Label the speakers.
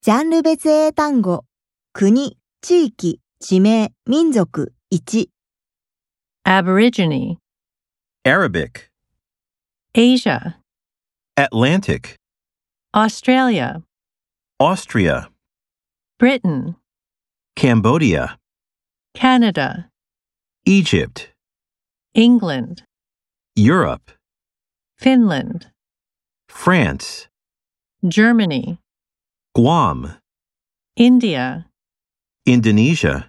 Speaker 1: ジャンル別英単語、国、地域、地名、民族、1、
Speaker 2: Aborigine,
Speaker 3: Arabic,
Speaker 2: Asia,
Speaker 3: Atlantic,
Speaker 2: Australia,
Speaker 3: Austria,
Speaker 2: Britain,
Speaker 3: Cambodia,
Speaker 2: Canada,
Speaker 3: Egypt,
Speaker 2: England,
Speaker 3: Europe,
Speaker 2: Finland,
Speaker 3: France,
Speaker 2: Germany,
Speaker 3: Guam,
Speaker 2: India.
Speaker 3: Indonesia.